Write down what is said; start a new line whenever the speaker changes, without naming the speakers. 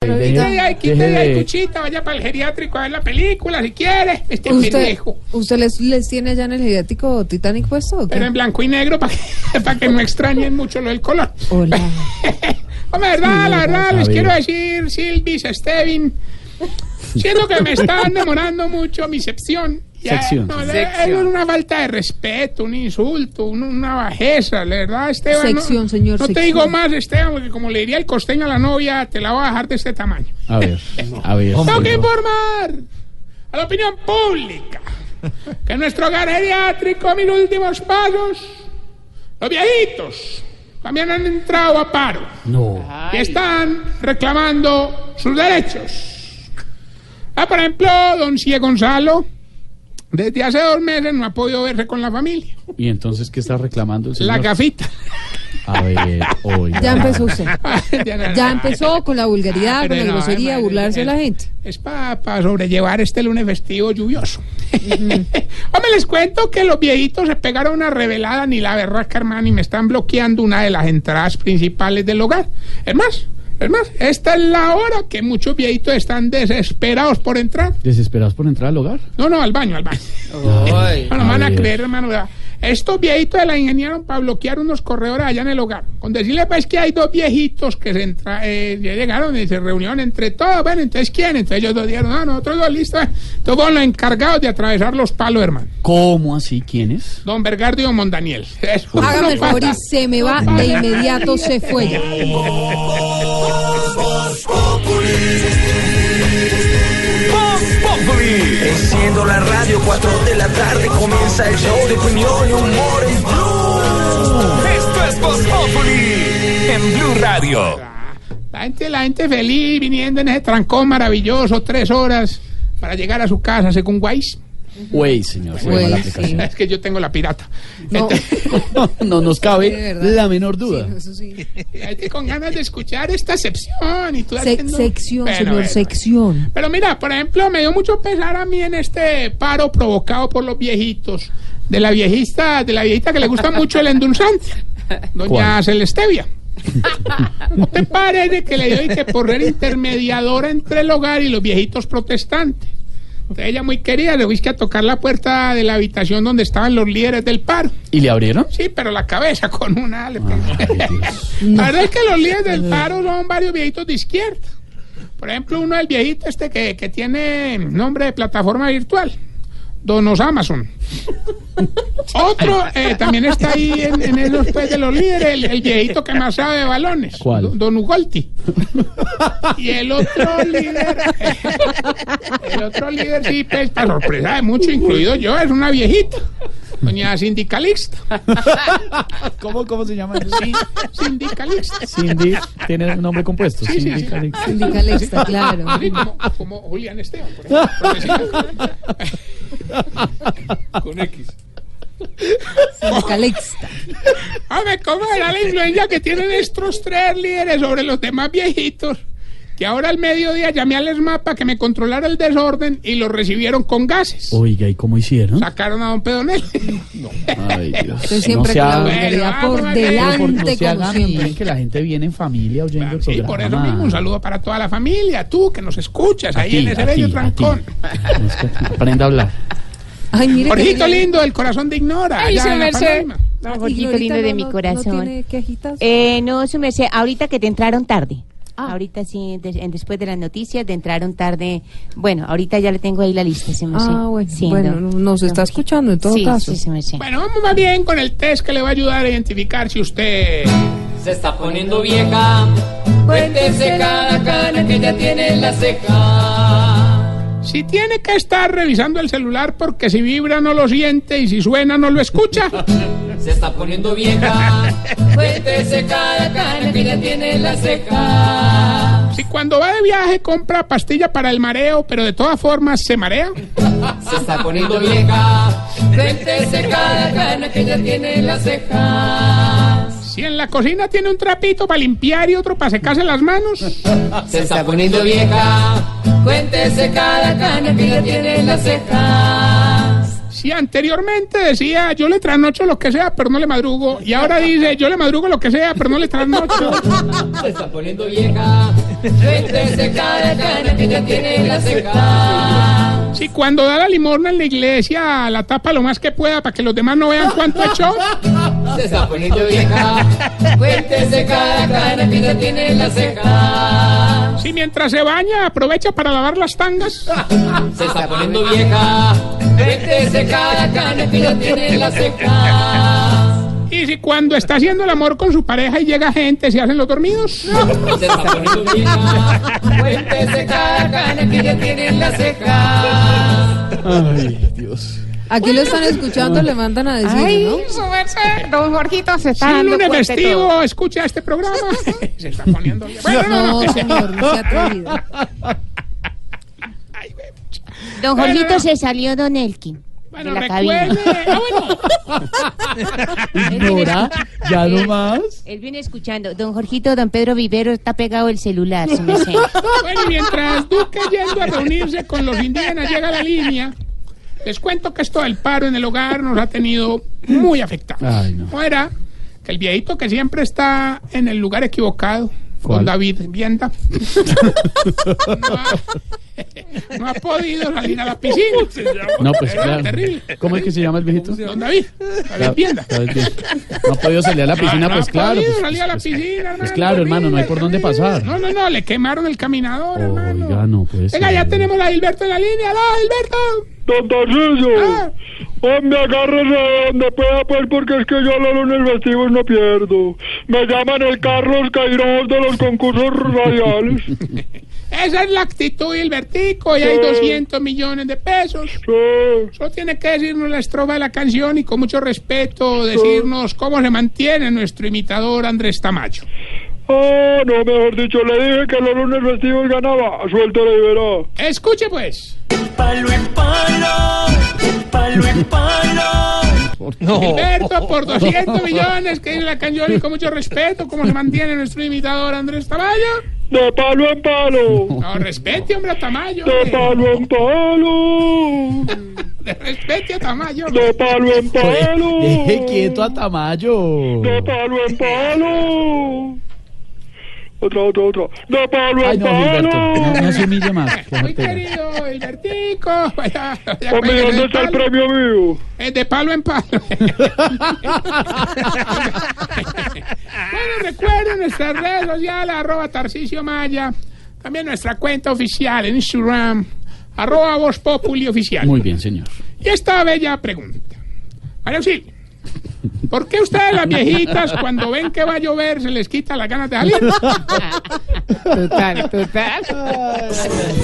Deje-
Quítale ahí,
deje
quítale ahí,
de-
cuchita, vaya para el geriátrico a ver la película si quiere, este
¿Usted,
pendejo.
usted les, les tiene allá en el geriátrico Titanic puesto o qué?
Pero en blanco y negro para que, pa' que no extrañen mucho lo del color.
Hola.
Hombre, la verdad, la verdad, les
sabía.
quiero decir, Silvis, Stevin, siento que me están demorando mucho mi sección. Ya,
Sección.
no, le- Es una falta de respeto, un insulto, un- una bajeza, la verdad, Esteban. no-
Sección, señor,
No te
sección.
digo más, Esteban, porque como le diría el costeño a la novia, te la voy a dejar de este tamaño.
A ver, a ver.
Tengo que informar a la opinión pública que en nuestro hogar geriátrico, mis últimos pasos, los viejitos también han entrado a paro
No.
y están reclamando sus derechos. Ah, por ejemplo, don Cie Gonzalo, desde hace dos meses no ha podido verse con la familia.
¿Y entonces qué está reclamando el
La
señor?
gafita.
A ver, oiga.
Ya empezó usted. Ya
ya
empezó con la vulgaridad, con la
Ah, Pero no, eh.
grosería,
además,
burlarse de
el-
la gente.
Es para sobrellevar este lunes festivo lluvioso. Hombre, les cuento que los viejitos se pegaron una revelada ni la berraca, hermano, y me están bloqueando una de las entradas principales del hogar. Es más, es más, esta es la hora que muchos viejitos están desesperados por entrar.
¿Desesperados por entrar al hogar?
No, no, al baño, al baño. No, no me van a creer, hermano. ¿verdad? Estos viejitos de la ingeniaron para bloquear unos corredores allá en el hogar. Con decirle, pues, que hay dos viejitos que se entra, eh, ya llegaron y se reunieron entre todos. Bueno, entonces, ¿quién? Entonces ellos dos dijeron, ah, nosotros dos, listo. eh. Todos fueron los encargados de atravesar los palos, hermano.
¿Cómo así? ¿Quién es?
Don Bergardo y Don Mondaniel. Eso no
Hágame el favor y
pasa. Ah,
se me va de inmediato, se fue ya.
Voz Populi.
Enciendo la radio, 4 de la tarde comienza el show de opinión y humor en Blue.
Esto es Voz Populi en Blue Radio.
La gente, la gente feliz viniendo en ese trancón maravilloso, tres horas para llegar a su casa, según Waze.
Güey, señor. se
Güey,
llama la
sí.
aplicación.
Es que yo tengo la pirata.
No,
No, no nos
Sí, de
cabe
verdad.
la menor duda.
sí, eso sí.
La gente con ganas de escuchar esta sección. Y tú
Se-
haciendo-
sección,
Bueno,
señor,
bueno.
sección.
Pero mira, por ejemplo, me dio mucho pesar a mí en este paro provocado por los viejitos. De la viejista, de la viejita que le gusta mucho el endulzante, doña
¿Cuál?
Celestevia. ¿No te parece que le dio y que por ser intermediadora entre el hogar y los viejitos protestantes? Entonces ella muy querida, le fuiste a tocar la puerta de la habitación donde estaban los líderes del paro.
¿Y le abrieron?
Sí, pero la cabeza con una le pegó.
Ah, Ay, Dios.
La verdad es que los líderes del paro son varios viejitos de izquierda. Por ejemplo, uno del viejito este que, que tiene nombre de plataforma virtual, Donos Amazon. Otro eh, también está ahí en, en esos pues, de los líderes, el, el viejito que más sabe de balones,
¿Cuál?
Don- Don Ugolti. Y el otro líder, eh, el otro líder sí, pues, para sorpresa de mucho, incluido yo, es una viejita, doña sindicalista.
¿Cómo, cómo se llama?
Sí, sindicalista.
Cindy. Tiene un nombre compuesto.
Sí, sí,
Cindy
sí.
Calix.
Sindicalista, claro.
Sí, como, como Julián Esteban, por ejemplo.
Sindicalista.
Hombre, ¿cómo era la influencia que tienen estos tres líderes sobre los demás viejitos? Que ahora al mediodía llamé al ESMA para que me controlara el desorden y los recibieron con gases.
Oiga, ¿y cómo hicieron?
Sacaron a don Pedonel.
Ay, Dios.
Usted siempre con la
haga-
vulgaridad por
Bueno, ah,
por-
delante,
no se
como
haga
siempre.
miren que la gente viene en familia oyendo el
Sí,
programa.
por eso mismo un saludo para toda la familia, tú que nos escuchas
A
ahí
ti,
en ese
a
bello
ti, a ti.
trancón.
Es que Aprenda a hablar.
Ay, mire. que
Jorgito
tiene-
lindo, el corazón de Ignora.
Ay,
allá
su
en la
merced.
Paloma.
No,
Y
Jorgito
Glorita
lindo
no-
de mi
no-
corazón.
¿No tiene quejitas?
Eh, no, su merced, ahorita que te entraron tarde.
Ah.
Ahorita sí, des- en- después de las noticias, te entraron tarde. Bueno, ahorita ya le tengo ahí la lista, se me
Ah, bueno, bueno, nos está escuchando en todo
sí,
caso.
Sí, se me sé.
Bueno, vamos más bien con el test que le va a ayudar a identificar si usted...
Se está poniendo vieja. Cuéntese cada cana que ya tiene en la ceja.
Si tiene que estar revisando el celular porque si vibra no lo siente y si suena no lo escucha.
Se está poniendo vieja. Cuéntese cada cana que ya tiene en la ceja.
Si cuando va de viaje compra pastilla para el mareo, pero de todas formas se marea.
Se está poniendo vieja. Cuéntese cada cana que ya tiene en la ceja.
Si en la cocina tiene un trapito para limpiar y otro para secarse las manos.
Se está poniendo vieja. Cuéntese cada cana que ya tiene en la ceja.
Sí, anteriormente decía, yo le trasnocho lo que sea, pero no le madrugo. Y ahora dice, yo le madrugo lo que sea, pero no le trasnocho.
Se está poniendo vieja. Véntese cada cana que ya tiene la ceja.
Si cuando da la limosna en la iglesia, la tapa lo más que pueda para que los demás no vean cuánto echó.
Se está poniendo vieja. Cuéntese cada cana que ya tiene la ceja.
Si mientras se baña, aprovecha para lavar las tangas.
Se está poniendo vieja. Véntese cada cana que ya tiene la ceja.
Y si cuando está haciendo el amor con su pareja y llega gente, se hacen los dormidos.
Se está poniendo vieja. Cuéntese cada cana que ya tiene la ceja.
Ay, Dios.
Aquí lo están escuchando, le mandan a decir, ¿no?
Don Jorgito se está
Si el
dando
lunes
cuenta de todo.
festivo escucha este programa, se está poniendo... Bueno, no,
No,
no.
señor, no sea atrevido.
Ay, güey, pucha.
Don
Bueno,
Jorgito
no.
se salió Don Elkin.
Bueno,
de la cabina.
recuerde... Ah, bueno.
Ignora, ya no más.
Él viene escuchando. Don Jorgito, don Pedro Vivero está pegado el celular, su merced.
Bueno, y mientras Duque yendo a reunirse con los indígenas llega a la línea, les cuento que esto del paro en el hogar nos ha tenido muy afectados.
Ay, no.
¿No era que el viejito que siempre está en el lugar equivocado,
¿Cuál?
con David Vienda, no, ha, no ha podido salir a la piscina?
No, pues
Era
claro.
terrible.
¿Cómo es que se llama el viejito?
Don David, David Vienda.
Está bien. No ha podido salir a la piscina,
Ah, no
pues
ha
claro.
podido
pues,
salir a la
pues,
piscina,
pues claro, hermano, no hay por dónde pasar.
No, no, no, le quemaron el caminador, hermano.
Oiga, no puede ser.
Venga, ya tenemos a Gilberto en la línea. ¡Aló, Gilberto!
Don Tarcillo,
Ah,
hombre, agárrese de donde pueda, pues, porque es que yo los lunes festivos no pierdo. Me llaman el Carlos Queiroz de los concursos radiales.
esa es la actitud, Gilbertico. Y hay
Sí.
200 millones de pesos.
Sí,
Solo tiene que decirnos la estrofa de la canción y con mucho respeto decirnos cómo se mantiene nuestro imitador Andrés Tamayo.
Ah, no, mejor dicho, le dije que los lunes festivos ganaba. Suéltale y verá.
Escuche, pues.
Palo en palo, palo en palo.
Oh.
Gilberto, por 200 millones, que dice la canción y con mucho respeto, cómo se mantiene nuestro imitador Andrés Tamayo.
De palo en palo,
No, respete, hombre, a Tamayo.
de
hombre.
palo en palo,
Le Respete a Tamayo.
de palo en palo.
pues, Deje quieto a Tamayo.
De palo en palo. Otra, otra, otra. De palo en
Ay, no,
palo.
Gilberto, no, no se humille más. qué
Muy
pena.
querido, Gilbertico. Vaya, vaya,
Hombre,
cuélguele
¿dónde
el
está el
palo.
premio mío?
Es de palo en palo. bueno, recuerden nuestras redes sociales, arroba Tarcicio Maya. También nuestra cuenta oficial en Instagram, arroba Voz Populi Oficial.
Muy bien, señor.
Y esta bella pregunta. María Auxilio, ¿por qué ustedes las viejitas cuando ven que va a llover se les quita las ganas de salir?
Total, total.